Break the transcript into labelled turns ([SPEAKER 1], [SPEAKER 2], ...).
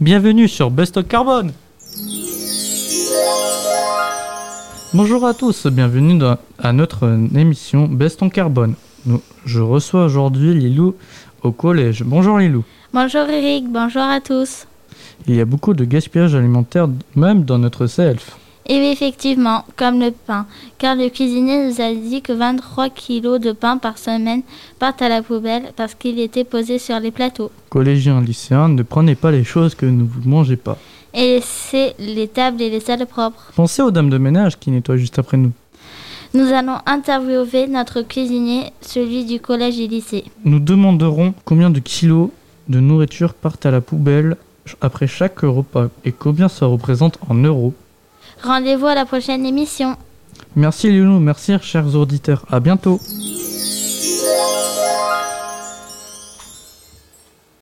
[SPEAKER 1] Bienvenue sur Bustock Carbone Bonjour à tous, bienvenue dans- à notre émission Best en Carbone. Nous- je reçois aujourd'hui Lilou au collège. Bonjour Lilou.
[SPEAKER 2] Bonjour Eric, bonjour à tous.
[SPEAKER 1] Il y a beaucoup de gaspillage alimentaire même dans notre self.
[SPEAKER 2] Et effectivement, comme le pain, car le cuisinier nous a dit que 23 kilos de pain par semaine partent à la poubelle parce qu'il était posé sur les plateaux.
[SPEAKER 1] Collégiens, lycéens, ne prenez pas les choses que ne vous mangez pas.
[SPEAKER 2] Et laissez les tables et les salles propres.
[SPEAKER 1] Pensez aux dames de ménage qui nettoient juste après nous.
[SPEAKER 2] Nous allons interviewer notre cuisinier, celui du collège et lycée.
[SPEAKER 1] Nous demanderons combien de kilos de nourriture partent à la poubelle ch- après chaque repas et combien ça représente en euros.
[SPEAKER 2] Rendez-vous à la prochaine émission.
[SPEAKER 1] Merci Lilou, merci chers auditeurs, à bientôt.